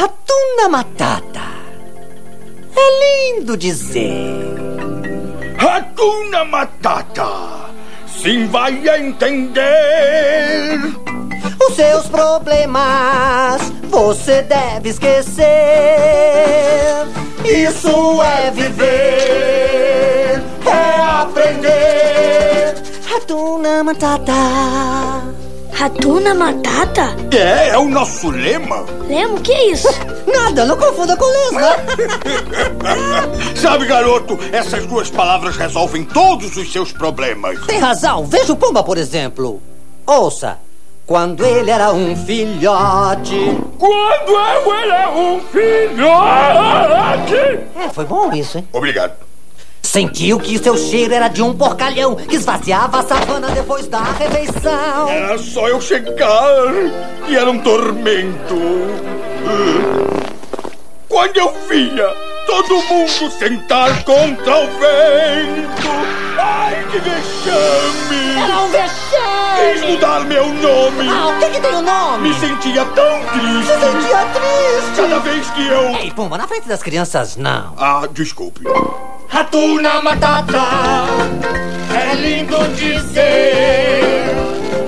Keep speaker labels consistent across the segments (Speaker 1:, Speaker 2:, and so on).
Speaker 1: Hakuna Matata. É lindo dizer.
Speaker 2: Hakuna Matata. Sim, vai entender.
Speaker 1: Os seus problemas você deve esquecer. Isso é viver, é aprender. Hakuna Matata.
Speaker 3: Ratuna Matata?
Speaker 2: É, é o nosso lema.
Speaker 3: Lemo, que é isso?
Speaker 1: Nada, não confunda com lesma.
Speaker 2: Sabe, garoto, essas duas palavras resolvem todos os seus problemas.
Speaker 1: Tem razão. Veja o Pumba, por exemplo. Ouça. Quando ele era um filhote.
Speaker 2: Quando eu era um filhote.
Speaker 1: É, foi bom isso, hein?
Speaker 2: Obrigado.
Speaker 1: Sentiu que seu cheiro era de um porcalhão que esvaziava a savana depois da refeição.
Speaker 2: Era só eu chegar e era um tormento. Quando eu via todo mundo sentar contra o vento, ai que
Speaker 1: Era
Speaker 2: vexame!
Speaker 1: um vexame.
Speaker 2: Quis mudar meu nome,
Speaker 1: Ah, o que, que tem o nome?
Speaker 2: me sentia tão
Speaker 1: Se
Speaker 2: triste
Speaker 1: sentia triste.
Speaker 2: cada vez que eu.
Speaker 1: Ei, Pumba, na frente das crianças, não.
Speaker 2: Ah, desculpe.
Speaker 1: Ratuna Matata.
Speaker 2: É lindo dizer,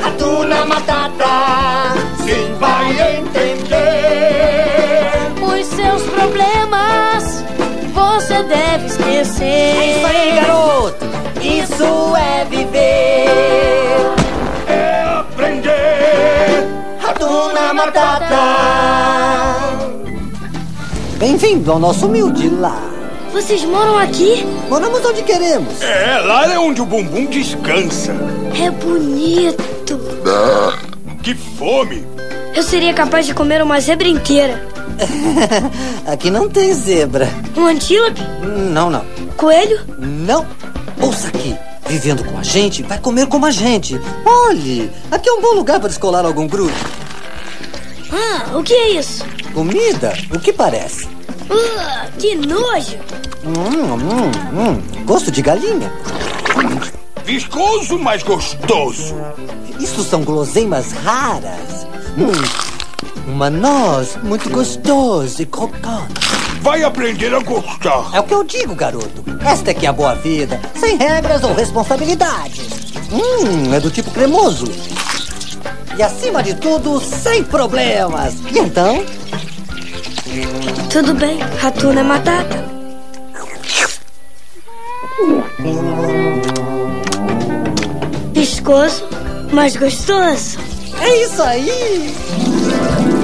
Speaker 1: Ratuna Matata.
Speaker 2: sim, vai entender.
Speaker 3: Os seus problemas você deve esquecer.
Speaker 1: É isso aí, garoto. Isso é viver.
Speaker 2: é aprender.
Speaker 1: Ratuna Matata. Bem-vindo ao nosso humilde lar.
Speaker 3: Vocês moram aqui?
Speaker 1: Moramos onde queremos.
Speaker 2: É, lá é onde o bumbum descansa.
Speaker 3: É bonito.
Speaker 2: Que fome!
Speaker 3: Eu seria capaz de comer uma zebra inteira.
Speaker 1: Aqui não tem zebra.
Speaker 3: Um antílope?
Speaker 1: Não, não.
Speaker 3: Coelho?
Speaker 1: Não. Ouça aqui. Vivendo com a gente, vai comer como a gente. Olhe, aqui é um bom lugar para descolar algum grupo.
Speaker 3: Ah, o que é isso?
Speaker 1: Comida? O que parece?
Speaker 3: Ah, que nojo!
Speaker 1: Hum, hum, hum. Gosto de galinha.
Speaker 2: Viscoso, mas gostoso.
Speaker 1: Isso são guloseimas raras. Hum. Uma noz muito gostosa e crocante.
Speaker 2: Vai aprender a gostar.
Speaker 1: É o que eu digo, garoto. Esta aqui é a boa vida, sem regras ou responsabilidades. Hum, é do tipo cremoso. E acima de tudo, sem problemas. E então,
Speaker 3: Tudo bem, Ratuna Matata. Viscoso, mas gostoso.
Speaker 1: é isso aí.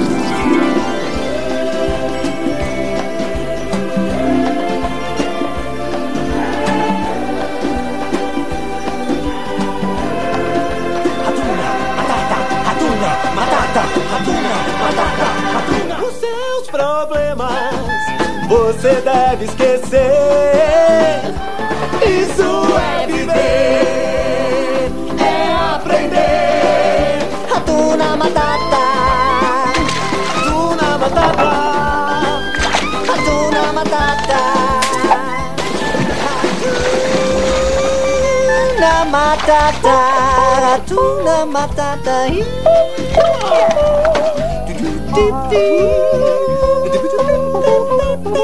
Speaker 4: Os seus problemas você deve esquecer. Isso é viver, é aprender.
Speaker 1: Ratuna Matata.
Speaker 4: Tuna Matata,
Speaker 1: Hakuna Matata. Hakuna Matata. Hakuna Matata.